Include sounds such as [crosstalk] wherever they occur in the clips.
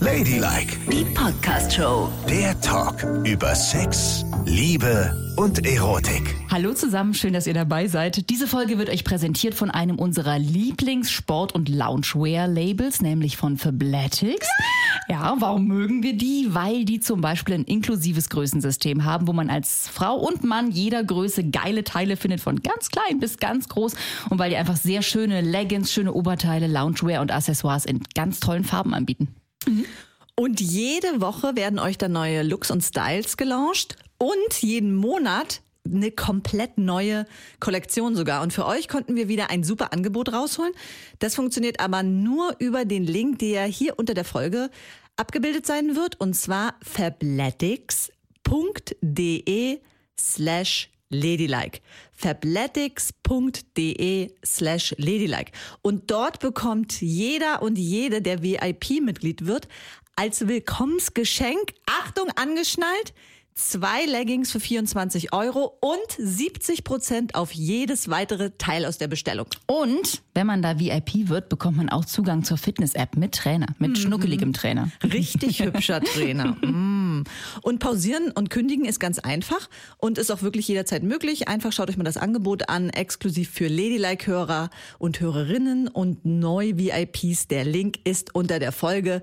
Ladylike, Die Podcast-Show. der Talk über Sex, Liebe und Erotik. Hallo zusammen, schön, dass ihr dabei seid. Diese Folge wird euch präsentiert von einem unserer Lieblingssport- und Loungewear-Labels, nämlich von Fabletics. Ja, warum mögen wir die? Weil die zum Beispiel ein inklusives Größensystem haben, wo man als Frau und Mann jeder Größe geile Teile findet, von ganz klein bis ganz groß. Und weil die einfach sehr schöne Leggings, schöne Oberteile, Loungewear und Accessoires in ganz tollen Farben anbieten. Und jede Woche werden euch dann neue Looks und Styles gelauncht und jeden Monat eine komplett neue Kollektion sogar. Und für euch konnten wir wieder ein super Angebot rausholen. Das funktioniert aber nur über den Link, der hier unter der Folge abgebildet sein wird, und zwar fabletics.de E slash ladylike. fabletics.de E slash ladylike. Und dort bekommt jeder und jede, der VIP-Mitglied wird, als Willkommensgeschenk, Achtung, angeschnallt, zwei Leggings für 24 Euro und 70 Prozent auf jedes weitere Teil aus der Bestellung. Und wenn man da VIP wird, bekommt man auch Zugang zur Fitness-App mit Trainer, mit schnuckeligem Trainer. Richtig hübscher Trainer. Mm. Und pausieren und kündigen ist ganz einfach und ist auch wirklich jederzeit möglich. Einfach schaut euch mal das Angebot an, exklusiv für Ladylike-Hörer und Hörerinnen und neu VIPs. Der Link ist unter der Folge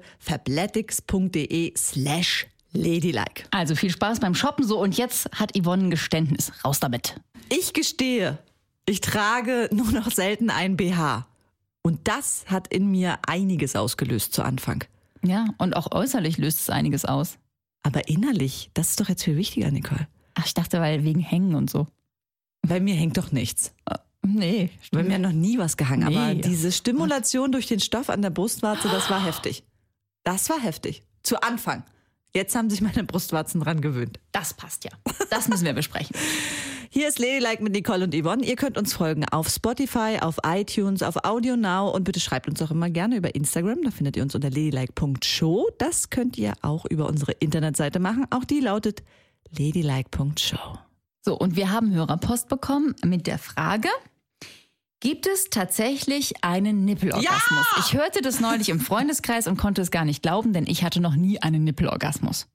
fabletics.de slash ladylike. Also viel Spaß beim Shoppen so und jetzt hat Yvonne ein Geständnis. Raus damit. Ich gestehe, ich trage nur noch selten ein BH. Und das hat in mir einiges ausgelöst zu Anfang. Ja, und auch äußerlich löst es einiges aus. Aber innerlich, das ist doch jetzt viel wichtiger, Nicole. Ach, ich dachte, weil wegen Hängen und so. Bei mir hängt doch nichts. Nee, Bei mir hat noch nie was gehangen, aber Nee. diese Stimulation durch den Stoff an der Brustwarze, das war heftig. Das war heftig. Zu Anfang. Jetzt haben sich meine Brustwarzen dran gewöhnt. das passt ja. Das müssen wir besprechen. Hier ist Ladylike mit Nicole und Yvonne. Ihr könnt uns folgen auf Spotify, auf iTunes, auf Audio Now und bitte schreibt uns auch immer gerne über Instagram. Da findet ihr uns unter ladylike.show. Das könnt ihr auch über unsere Internetseite machen. Auch die lautet ladylike.show. [laughs] So, und wir haben Hörerpost bekommen mit der Frage, gibt es tatsächlich einen Nippelorgasmus? Ich hörte das neulich im Freundeskreis und konnte es gar nicht glauben, denn ich hatte noch nie einen Nippelorgasmus.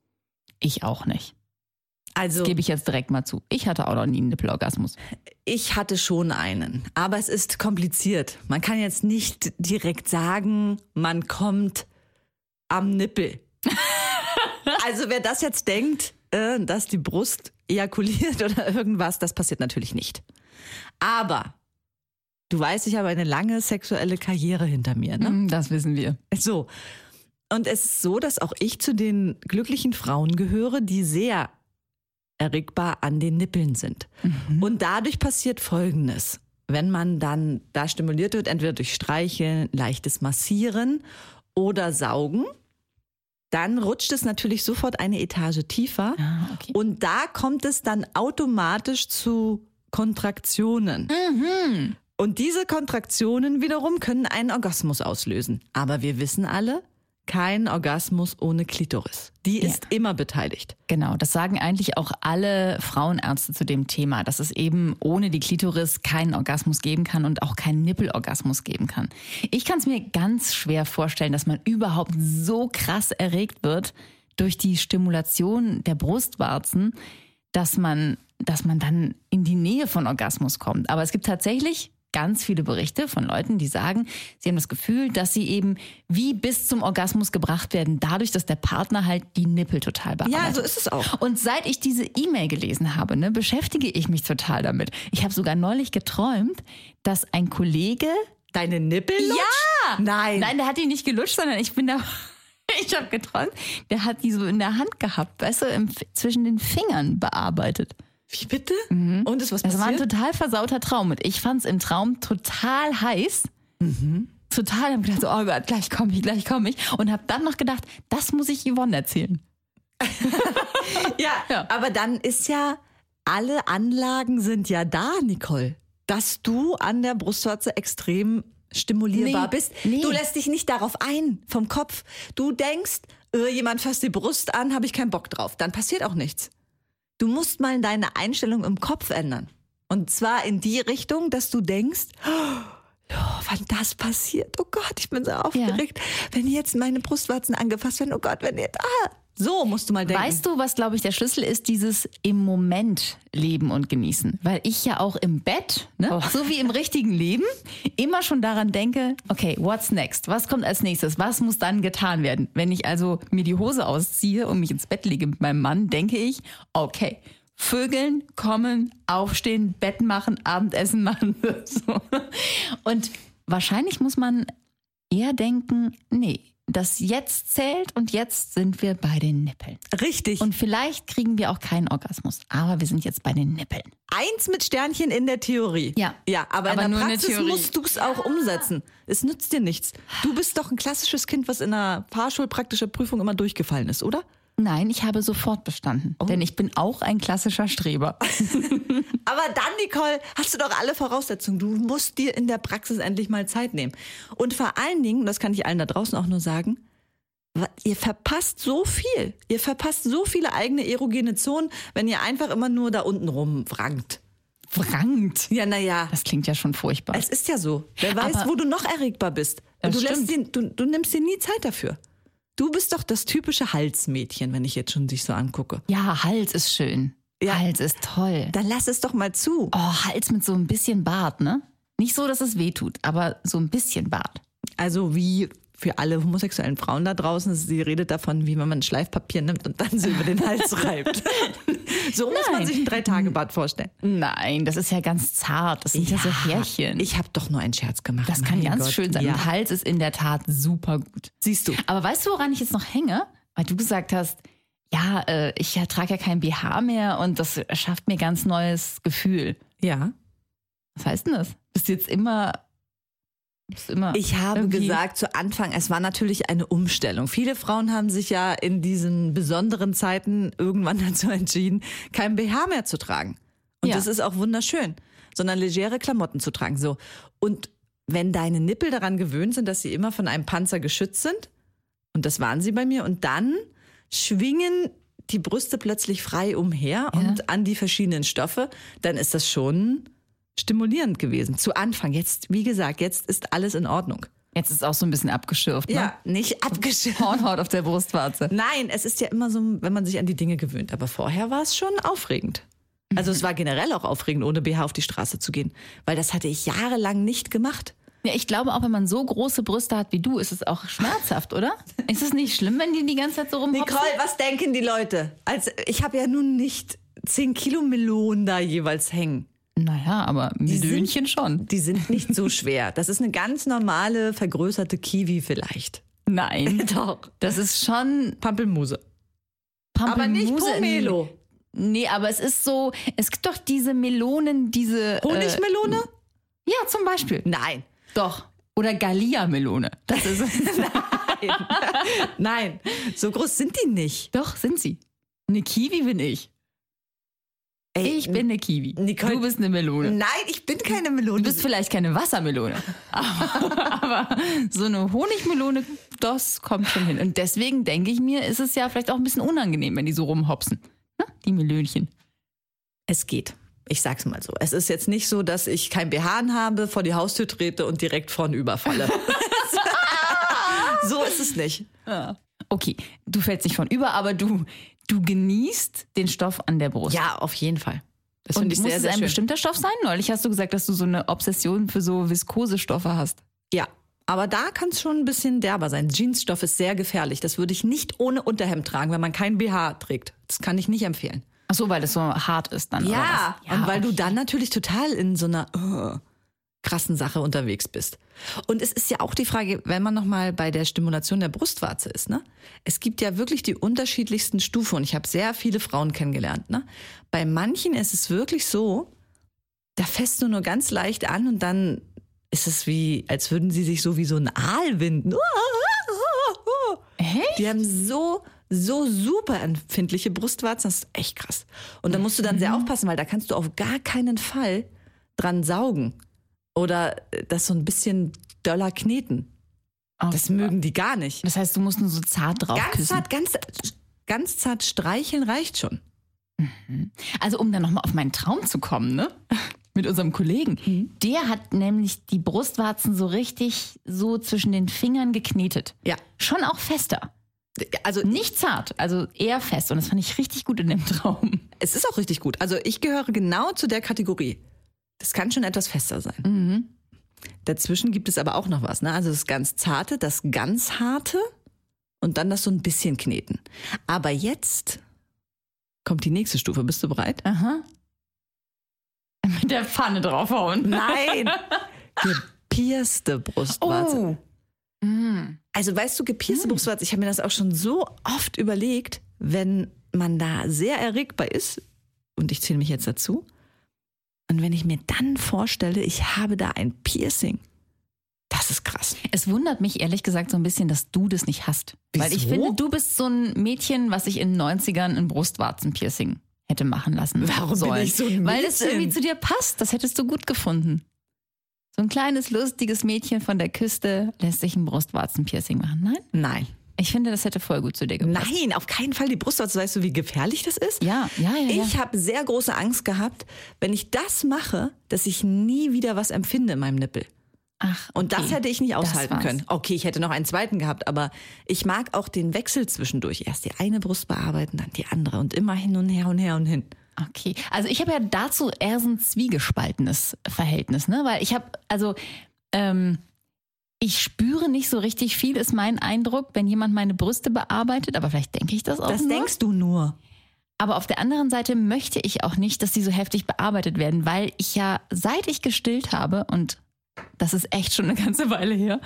Ich auch nicht. Also Gebe ich jetzt direkt mal zu. Ich hatte auch noch nie einen Nippelorgasmus. Ich hatte schon einen, aber es ist kompliziert. Man kann jetzt nicht direkt sagen, man kommt am Nippel. also wer das jetzt denkt, äh, dass die Brust ejakuliert oder irgendwas, das passiert natürlich nicht. Aber du weißt, ich habe eine lange sexuelle Karriere hinter mir. Ne? Hm, Das wissen wir. So. Und es ist so, dass auch ich zu den glücklichen Frauen gehöre, die sehr erregbar an den Nippeln sind. Und dadurch passiert Folgendes. Wenn man dann da stimuliert wird, entweder durch Streicheln, leichtes Massieren oder Saugen, dann rutscht es natürlich sofort eine Etage tiefer. Ah, okay. Und da kommt es dann automatisch zu Kontraktionen. Mhm. Und diese Kontraktionen wiederum können einen Orgasmus auslösen. Aber wir wissen alle, kein Orgasmus ohne Klitoris. Die ist immer beteiligt. Genau, das sagen eigentlich auch alle Frauenärzte zu dem Thema, dass es eben ohne die Klitoris keinen Orgasmus geben kann und auch keinen Nippelorgasmus geben kann. Ich kann es mir ganz schwer vorstellen, dass man überhaupt so krass erregt wird durch die Stimulation der Brustwarzen, dass man, dass man dann in die Nähe von Orgasmus kommt. Aber es gibt tatsächlich ganz viele Berichte von Leuten, die sagen, sie haben das Gefühl, dass sie eben wie bis zum Orgasmus gebracht werden, dadurch, dass der Partner halt die Nippel total bearbeitet. so ist es auch. Und seit ich diese E-Mail gelesen habe, ne, beschäftige ich mich total damit. Ich habe sogar neulich geträumt, dass ein Kollege. Deine Nippel? Ja! Nein. Nein, der hat ihn nicht gelutscht, sondern ich bin da. [laughs] Ich habe geträumt, der hat die so in der Hand gehabt, weißt du, im, zwischen den Fingern bearbeitet. Wie bitte? Und ist was Das war ein passiert? total versauter Traum. Und ich fand es im Traum total heiß. Mhm. Total. Ich gedacht, so, oh Gott, gleich komme ich, gleich komme ich. Und habe dann noch gedacht, das muss ich Yvonne erzählen. [laughs] ja, Ja. aber dann ist ja, alle Anlagen sind ja da, Nicole. Dass du an der Brustwarze extrem stimulierbar Nee, bist. nee. Du lässt dich nicht darauf ein, vom Kopf. Du denkst, äh, jemand fasst die Brust an, habe ich keinen Bock drauf. Dann passiert auch nichts. Du musst mal deine Einstellung im Kopf ändern. Und zwar in die Richtung, dass du denkst, [gasps] oh, wann das passiert. Oh Gott, ich bin so aufgeregt. Wenn jetzt meine Brustwarzen angefasst werden, oh Gott, wenn ihr ah, so musst du mal denken. Weißt du, was, glaube ich, der Schlüssel ist? Dieses im Moment leben und genießen. Weil ich ja auch im Bett, ne, so wie im richtigen Leben, immer schon daran denke, okay, what's next? Was kommt als nächstes? Was muss dann getan werden? Wenn ich also mir die Hose ausziehe und mich ins Bett lege mit meinem Mann, denke ich, okay, Vögeln, kommen, aufstehen, Bett machen, Abendessen machen. [laughs] so. Und wahrscheinlich muss man eher denken, nee, das jetzt zählt und jetzt sind wir bei den Nippeln. Richtig. Und vielleicht kriegen wir auch keinen Orgasmus, aber wir sind jetzt bei den Nippeln. eins mit Sternchen in der Theorie. Ja. Ja, Aber aber, in der nur in der Praxis Theorie. musst du es auch umsetzen. Es nützt dir nichts. Du bist doch ein klassisches Kind, was in einer fahrschulpraktischer Prüfung immer durchgefallen [laughs] ist, oder? Nein, ich habe sofort bestanden, Oh. denn ich bin auch ein klassischer Streber. Aber dann, Nicole, hast du doch alle Voraussetzungen. Du musst dir in der Praxis endlich mal Zeit nehmen. Und vor allen Dingen, das kann ich allen da draußen auch nur sagen, wa- ihr verpasst so viel. Ihr verpasst so viele eigene erogene Zonen, wenn ihr einfach immer nur da unten rumwrangt. Frankt. Ja, naja. Das klingt ja schon furchtbar. Es ist ja so. Wer weiß, Aber- wo du noch erregbar bist. Und Das du, lässt dir, stimmt. du, du nimmst dir nie Zeit dafür. Du bist doch das typische Halsmädchen, wenn ich jetzt schon dich so angucke. Ja, Hals ist schön. Ja. Hals ist toll. Dann lass es doch mal zu. Oh, Hals mit so ein bisschen Bart, ne? Nicht so, dass es weh tut, aber so ein bisschen Bart. Also wie für alle homosexuellen Frauen da draußen, sie redet davon, wie wenn man Schleifpapier nimmt und dann so über den [laughs] Hals reibt. so muss man Nein. sich ein Drei-Tage-Bad vorstellen. Nein, das ist ja ganz zart. Das sind ja, so Härchen. Ich habe doch nur einen Scherz gemacht. das kann Mein ganz Gott. schön sein. Und Ja. Hals ist in der Tat super gut. Siehst du. Aber weißt du, woran ich jetzt noch hänge? Weil du gesagt hast, ja, äh, ich trage ja kein BH mehr und das schafft mir ganz neues Gefühl. Ja. Was heißt denn das? Bist du jetzt immer. Bist du immer Ich habe irgendwie- gesagt zu Anfang, es war natürlich eine Umstellung. Viele Frauen haben sich ja in diesen besonderen Zeiten irgendwann [laughs] dazu entschieden, kein BH mehr zu tragen. Und Ja. das ist auch wunderschön, sondern legere Klamotten zu tragen. So. Und wenn deine Nippel daran gewöhnt sind, dass sie immer von einem Panzer geschützt sind, und das waren sie bei mir, und dann schwingen die Brüste plötzlich frei umher und an die verschiedenen Stoffe, dann ist das schon stimulierend gewesen. Zu Anfang. Jetzt, wie gesagt, jetzt ist alles in Ordnung. Jetzt ist es auch so ein bisschen abgeschürft. Ne? Ja, nicht abgeschirmt. Hornhaut auf der Brustwarze. Nein, es ist ja immer so, wenn man sich an die Dinge gewöhnt. Aber vorher war es schon aufregend. Also es war generell auch aufregend, ohne BH auf die Straße zu gehen, weil das hatte ich jahrelang nicht gemacht. Ja, ich glaube, auch wenn man so große Brüste hat wie du, ist es auch schmerzhaft, oder? Ist es nicht schlimm, wenn die die ganze Zeit so rumhopsen? Nicole, was denken die Leute? Also ich habe ja nun nicht 10 Kilo Melonen da jeweils hängen. Naja, aber Millionchen schon. Die sind nicht [laughs] so schwer. Das ist eine ganz normale vergrößerte Kiwi vielleicht. Nein. [laughs] Doch. Das ist schon Pampelmuse. Pampelmuse. Aber nicht in- Pomelo. Nee, aber es ist so, es gibt doch diese Melonen, diese. Äh, Honigmelone? ja, zum Beispiel. Nein. Doch. Oder Gallia-Melone. Das [laughs] ist Nein. So groß sind die nicht. Doch, sind sie. Eine Kiwi bin ich. Ey, Ich bin eine Kiwi. Nicole- du bist eine Melone. Nein, ich bin keine Melone. Du bist vielleicht keine [laughs] Wassermelone. Aber, aber so eine Honigmelone, das kommt schon hin. Und deswegen denke ich mir, ist es ja vielleicht auch ein bisschen unangenehm, wenn die so rumhopsen. Ne? Die Melönchen. es geht. Ich sag's mal so. Es ist jetzt nicht so, dass ich kein BH habe, vor die Haustür trete und direkt vorne [laughs] überfalle. so ist es nicht. Okay, du fällst nicht von über, aber du, du genießt den Stoff an der Brust. Ja, auf jeden Fall. Das Und finde ich muss sehr, es sehr ein schön. bestimmter Stoff sein? Neulich hast du gesagt, dass du so eine Obsession für so viskose Stoffe hast. ja. Aber da kann es schon ein bisschen derber sein. Jeansstoff ist sehr gefährlich. Das würde ich nicht ohne Unterhemd tragen, wenn man kein BH trägt. Das kann ich nicht empfehlen. Ach so, weil das so hart ist dann. Ja, oder was? und weil du okay. dann natürlich total in so einer äh, krassen Sache unterwegs bist. Und es ist ja auch die Frage, wenn man nochmal bei der Stimulation der Brustwarze ist, ne? Es gibt ja wirklich die unterschiedlichsten Stufen und ich habe sehr viele Frauen kennengelernt, ne? Bei manchen ist es wirklich so, da fässt du nur ganz leicht an und dann ist es wie, als würden sie sich so wie so ein Aal winden. Die haben so, so super empfindliche Brustwarzen. Das ist echt krass. Und da musst du dann sehr aufpassen, weil da kannst du auf gar keinen Fall dran saugen. Oder äh, das so ein bisschen döller kneten. Oh. Das mögen die gar nicht. Das heißt, du musst nur so zart drauf Ganz küssen. zart, ganz, ganz zart streicheln reicht schon. Also um dann nochmal auf meinen Traum zu kommen, ne? [laughs] mit unserem Kollegen. Mhm. Der hat nämlich die Brustwarzen so richtig so zwischen den Fingern geknetet. Ja. Schon auch fester. Also Nicht zart, also eher fest. Und das fand ich richtig gut in dem Traum. es ist auch richtig gut. Also ich gehöre genau zu der Kategorie. Das kann schon etwas fester sein. Dazwischen gibt es aber auch noch was. Ne? Also das ganz Zarte, das ganz Harte und dann das so ein bisschen kneten. Aber jetzt kommt die nächste Stufe. Bist du bereit? Aha. [laughs] Mit der Pfanne draufhauen. Nein! [laughs] Gepierste Brustwarze. Mm. Also weißt du, gepierste Brustwarze, ich habe mir das auch schon so oft überlegt, wenn man da sehr erregbar ist, und ich zähle mich jetzt dazu, und wenn ich mir dann vorstelle, ich habe da ein Piercing, das ist krass. Es wundert mich ehrlich gesagt so ein bisschen, dass du das nicht hast. Weil ich Wieso? finde, du bist so ein Mädchen, was sich in den 90ern ein Brustwarzenpiercing hätte machen lassen. Warum bin sollen. ich so ein Weil das Mädchen? irgendwie zu dir passt. Das hättest du gut gefunden. So ein kleines, lustiges Mädchen von der Küste lässt sich ein Brustwarzenpiercing machen. Nein? Nein. Ich finde, das hätte voll gut zu dir gepasst. Nein, auf keinen Fall die Brustwarze. Weißt du, wie gefährlich das ist? Ja, ja, ja. ja. Ich habe sehr große Angst gehabt, wenn ich das mache, dass ich nie wieder was empfinde in meinem Nippel. Ach, Und das okay. hätte ich nicht Das aushalten war's. können. Okay, ich hätte noch einen zweiten gehabt, aber ich mag auch den Wechsel zwischendurch. Erst die eine Brust bearbeiten, dann die andere und immer hin und her und her und hin. Okay, also ich habe ja dazu eher so ein zwiegespaltenes Verhältnis, ne? Weil ich habe, also ähm, ich spüre nicht so richtig viel, ist mein Eindruck, wenn jemand meine Brüste bearbeitet, aber vielleicht denke ich das auch. Das nur. denkst du nur. Aber auf der anderen Seite möchte ich auch nicht, dass die so heftig bearbeitet werden, weil ich ja, seit ich gestillt habe, und das ist echt schon eine ganze Weile her,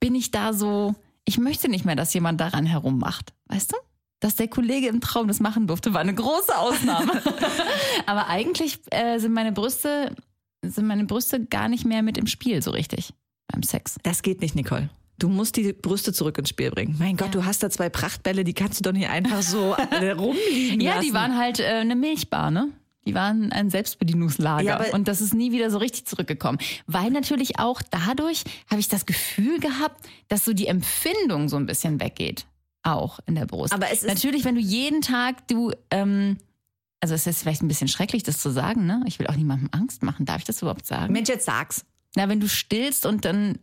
bin ich da so, ich möchte nicht mehr, dass jemand daran herummacht. Weißt du? Dass der Kollege im Traum das machen durfte, war eine große Ausnahme. [laughs] Aber eigentlich äh, sind meine Brüste, sind meine Brüste gar nicht mehr mit im Spiel so richtig beim Sex. Das geht nicht, Nicole. Du musst die Brüste zurück ins Spiel bringen. Mein Gott, du hast da zwei Prachtbälle, die kannst du doch nicht einfach so [laughs] alle rumliegen Ja, lassen. die waren halt äh, eine Milchbar, ne? Die waren ein Selbstbedienungslager. Ja, aber- und das ist nie wieder so richtig zurückgekommen. Weil natürlich auch dadurch habe ich das Gefühl gehabt, dass so die Empfindung so ein bisschen weggeht. Auch in der Brust. Aber es ist- natürlich, wenn du jeden Tag, du, ähm, also es ist vielleicht ein bisschen schrecklich, das zu sagen, ne? Ich will auch niemandem Angst machen. Darf ich das überhaupt sagen? Mensch, jetzt sag's. Na, wenn du stillst und dann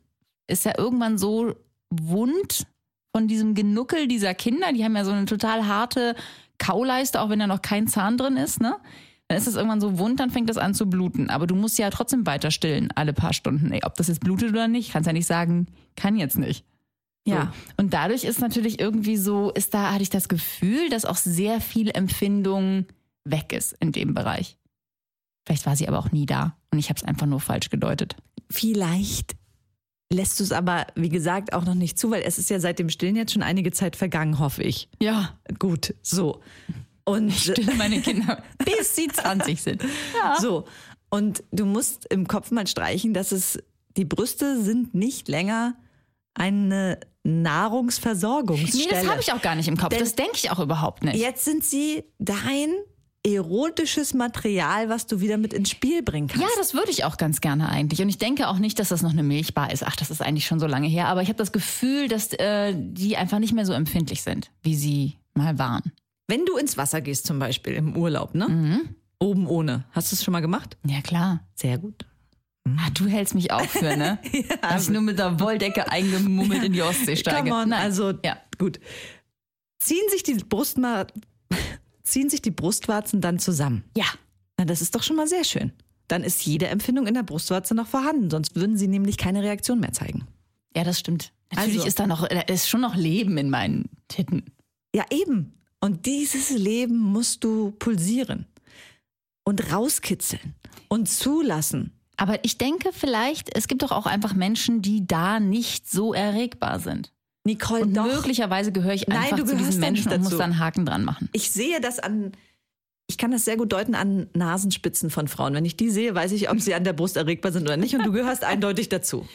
ist ja irgendwann so wund von diesem Genuckel dieser Kinder, die haben ja so eine total harte Kauleiste, auch wenn da noch kein Zahn drin ist, ne? Dann ist es irgendwann so wund, dann fängt das an zu bluten. Aber du musst ja trotzdem weiter stillen, alle paar Stunden. Ey, ob das jetzt blutet oder nicht, kannst ja nicht sagen, kann jetzt nicht. Ja. So. Und dadurch ist natürlich irgendwie so, ist da, hatte ich das Gefühl, dass auch sehr viel Empfindung weg ist in dem Bereich. Vielleicht war sie aber auch nie da und ich habe es einfach nur falsch gedeutet. Vielleicht lässt du es aber, wie gesagt, auch noch nicht zu, weil es ist ja seit dem Stillen jetzt schon einige Zeit vergangen, hoffe ich. Ja, Gut, so. Und stille meine Kinder, [laughs] bis sie 20 sind. Ja. [laughs] So. Und du musst im Kopf mal streichen, dass es, die Brüste sind nicht länger eine Nee, Nahrungsversorgungsstelle. das habe ich auch gar nicht im Kopf. Denn- das denke ich auch überhaupt nicht. Jetzt sind sie dein erotisches Material, was du wieder mit ins Spiel bringen kannst. Ja, das würde ich auch ganz gerne eigentlich. Und ich denke auch nicht, dass das noch eine Milchbar ist. Ach, das ist eigentlich schon so lange her. Aber ich habe das Gefühl, dass äh, die einfach nicht mehr so empfindlich sind, wie sie mal waren. Wenn du ins Wasser gehst zum Beispiel im Urlaub, ne? Mhm. Oben ohne. Hast du es schon mal gemacht? Ja, klar. Sehr [laughs] gut. Ah, du hältst mich auch für, [laughs] ne? Dass ich nur mit der Wolldecke eingemummelt in die Ostsee steige. Come on, Nein. also Ja. gut. Ziehen sich die Brustma ziehen sich die Brustwarzen dann zusammen. Ja. Na, das ist doch schon mal sehr schön. Dann ist jede Empfindung in der Brustwarze noch vorhanden, sonst würden sie nämlich keine Reaktion mehr zeigen. Ja, das stimmt. Natürlich Also- ist da noch, da ist schon noch Leben in meinen Titten. Ja, eben. Und dieses Leben musst du pulsieren und rauskitzeln und zulassen. Aber ich denke vielleicht, es gibt doch auch einfach Menschen, die da nicht so erregbar sind. Nicole, Und Äh, doch. möglicherweise gehöre ich Nein, einfach du zu gehörst diesen da nicht Menschen und muss dazu. dann Haken dran machen. Ich sehe das an, ich kann das sehr gut deuten an Nasenspitzen von Frauen. Wenn ich die sehe, weiß ich, ob sie an der Brust erregbar sind oder nicht. Und du gehörst eindeutig dazu.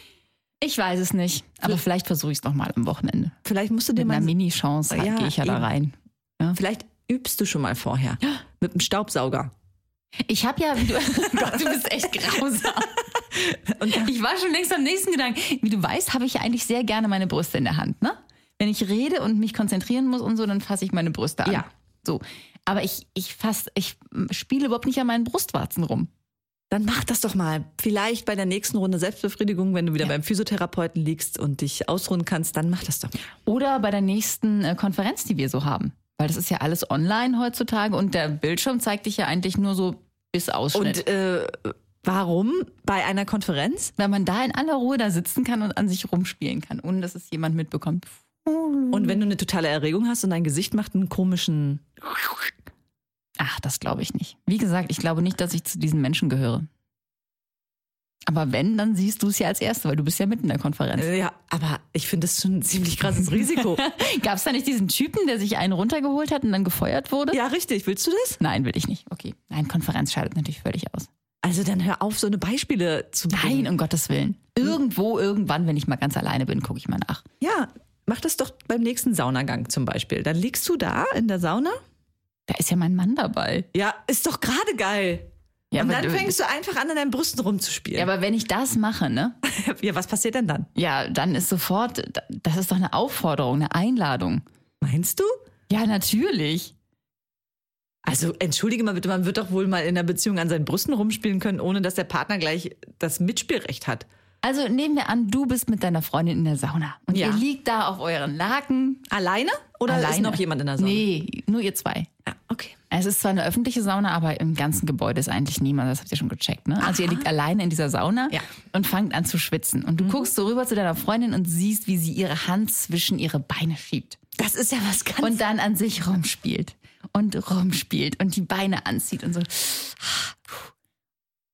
Ich weiß es nicht, aber vielleicht versuche ich es nochmal am Wochenende. Vielleicht musst du dir Mit mal einer Mini-Chance Ja, gehe ich ja da eben. rein. Vielleicht übst du schon mal vorher mit dem Staubsauger. Ich habe ja, wie du, [laughs] oh Gott, du bist echt grausam. ich war schon längst am nächsten Gedanken. Wie du weißt, habe ich ja eigentlich sehr gerne meine Brüste in der Hand, ne? Wenn ich rede und mich konzentrieren muss und so, dann fasse ich meine Brüste an. Ja. So. Aber ich, ich fass, ich mm, spiele überhaupt nicht an meinen Brustwarzen rum. dann mach das doch mal. Vielleicht bei der nächsten Runde Selbstbefriedigung, wenn du wieder beim Physiotherapeuten liegst und dich ausruhen kannst, dann mach das doch mal. Oder bei der nächsten äh, Konferenz, die wir so haben. Weil das ist ja alles online heutzutage und der Bildschirm zeigt dich ja eigentlich nur so bis Ausschnitt. Und äh, warum bei einer Konferenz? weil man da in aller Ruhe da sitzen kann und an sich rumspielen kann, ohne dass es jemand mitbekommt. Und wenn du eine totale Erregung hast und dein Gesicht macht einen komischen. Ach, das glaube ich nicht. Wie gesagt, ich glaube nicht, dass ich zu diesen Menschen gehöre. Aber wenn, dann siehst du es ja als Erste, weil du bist ja mitten in der Konferenz. Äh, ja, aber ich finde das schon ein ziemlich [laughs] krasses Risiko. Gab es da nicht diesen Typen, der sich einen runtergeholt hat und dann gefeuert wurde? ja, richtig. Willst du das? Nein, will ich nicht. Okay. Nein, Konferenz scheidet natürlich völlig aus. Also dann hör auf, so eine Beispiele zu bringen. Nein, um Gottes Willen. Irgendwo, irgendwann, wenn ich mal ganz alleine bin, gucke ich mal nach. Ja, mach das doch beim nächsten Saunagang zum Beispiel. Dann liegst du da in der Sauna. Da ist ja mein Mann dabei. Ja, ist doch gerade geil. Ja, und aber- dann fängst du einfach an, an deinen Brüsten rumzuspielen. Ja, aber wenn ich das mache, ne? [laughs] ja, was passiert denn dann? Ja, dann ist sofort, das ist doch eine Aufforderung, eine Einladung. Meinst du? Ja, natürlich. Also entschuldige mal bitte, man wird doch wohl mal in einer Beziehung an seinen Brüsten rumspielen können, ohne dass der Partner gleich das Mitspielrecht hat. Also nehmen wir an, du bist mit deiner Freundin in der Sauna und Ja. ihr liegt da auf euren Laken. Alleine? Oder ist alleine. noch jemand in der Sauna? Nee, nur ihr zwei. Ah, okay. Es ist zwar eine öffentliche Sauna, aber im ganzen Gebäude ist eigentlich niemand. Das habt ihr schon gecheckt, ne? Also ihr liegt alleine in dieser Sauna Ja. und fangt an zu schwitzen. Und du guckst so rüber zu deiner Freundin und siehst, wie sie ihre Hand zwischen ihre Beine schiebt. Das ist ja was ganz. Und dann an sich rumspielt. Und rumspielt und die Beine anzieht und so.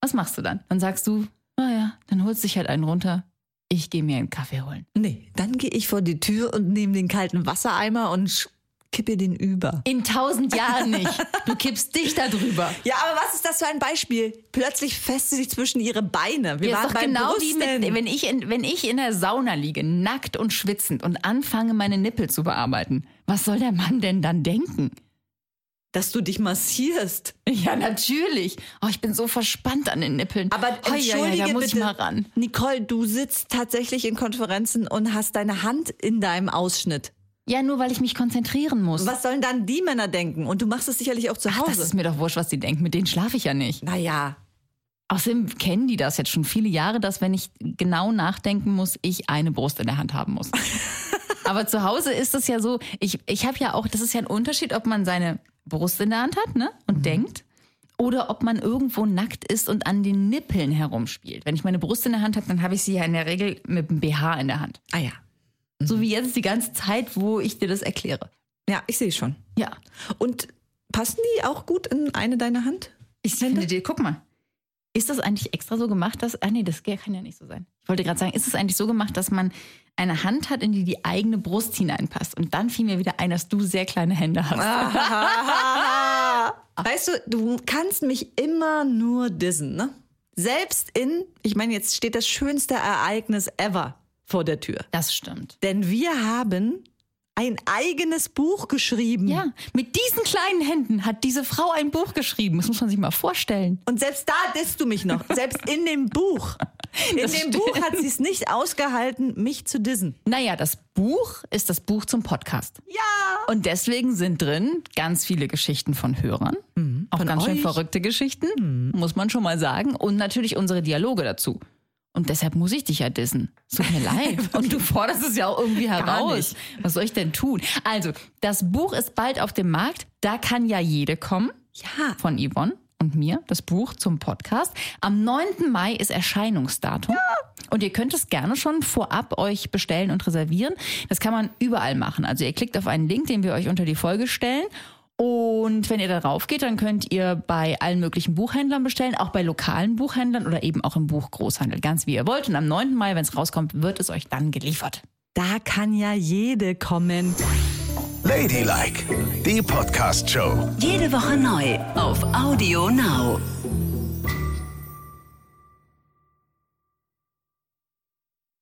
Was machst du dann? Dann sagst du, naja, dann holst dich halt einen runter. Ich gehe mir einen Kaffee holen. nee, dann gehe ich vor die Tür und nehme den kalten Wassereimer und sch- kippe den über. In tausend Jahren nicht. Du kippst dich da drüber. Ja, aber was ist das für ein Beispiel? Plötzlich fässt sie sich zwischen ihre Beine. Wir Ja, ist waren doch beim genau wie Brüsten. mit, wenn ich, in, wenn ich in der Sauna liege, nackt und schwitzend und anfange, meine Nippel zu bearbeiten. Was soll der Mann denn dann denken? [laughs] dass du dich massierst. Ja, natürlich. Oh, ich bin so verspannt an den Nippeln. Aber oh, entschuldige ja, ja, da muss bitte, ich mal ran. Nicole, du sitzt tatsächlich in Konferenzen und hast deine Hand in deinem Ausschnitt. Ja, nur weil ich mich konzentrieren muss. Was sollen dann die Männer denken? Und du machst es sicherlich auch zu Ach, das Hause. ist mir doch wurscht, was die denken. Mit denen schlafe ich ja nicht. naja, Außerdem kennen die das jetzt schon viele Jahre, dass wenn ich genau nachdenken muss, ich eine Brust in der Hand haben muss. Aber zu Hause ist es ja so, ich, ich habe ja auch, das ist ja ein Unterschied, ob man seine Brust in der Hand hat ne? und denkt oder ob man irgendwo nackt ist und an den Nippeln herumspielt. Wenn ich meine Brust in der Hand habe, dann habe ich sie ja in der Regel mit dem BH in der Hand. ah ja. So wie jetzt die ganze Zeit, wo ich dir das erkläre. Ja, ich sehe schon. Ja. Und passen die auch gut in eine [laughs] deiner Hand? Ich finde dir, guck mal. Ist das eigentlich extra so gemacht, dass. Ah, nee, das kann ja nicht so sein. Ich wollte gerade sagen, ist es eigentlich so gemacht, dass man eine Hand hat, in die die eigene Brust hineinpasst? Und dann fiel mir wieder ein, dass du sehr kleine Hände hast. weißt du, du kannst mich immer nur dissen, ne? Selbst in, ich meine, jetzt steht das schönste Ereignis ever vor der Tür. Das stimmt. Denn wir haben ein eigenes Buch geschrieben. Ja, mit diesen kleinen Händen hat diese Frau ein Buch geschrieben. Das muss man sich mal vorstellen. Und selbst da disst du mich noch. Selbst in dem Buch. In Das dem stimmt. Buch hat sie es nicht ausgehalten, mich zu dissen. Naja, das Buch ist das Buch zum Podcast. Ja. Und deswegen sind drin ganz viele Geschichten von Hörern. auch ganz schön Mhm. euch. Mhm. verrückte Geschichten, muss man schon mal sagen. Und natürlich unsere Dialoge dazu. Und deshalb muss ich dich ja dissen. Es tut mir [laughs] leid. Und du forderst es ja auch irgendwie heraus. nicht. Was soll ich denn tun? Also, das Buch ist bald auf dem Markt. Da kann ja jede kommen. Ja. Von Yvonne und mir, das Buch zum Podcast. Am 9. Mai ist Erscheinungsdatum. Und ihr könnt es gerne schon vorab euch bestellen und reservieren. Das kann man überall machen. Also ihr klickt auf einen Link, den wir euch unter die Folge stellen. Und wenn ihr darauf geht, dann könnt ihr bei allen möglichen Buchhändlern bestellen, auch bei lokalen Buchhändlern oder eben auch im Buchgroßhandel, ganz wie ihr wollt. Und am 9. Mai, wenn es rauskommt, wird es euch dann geliefert. Da kann ja jede kommen. Ladylike, die Podcast-Show. Jede Woche neu auf Audio Now.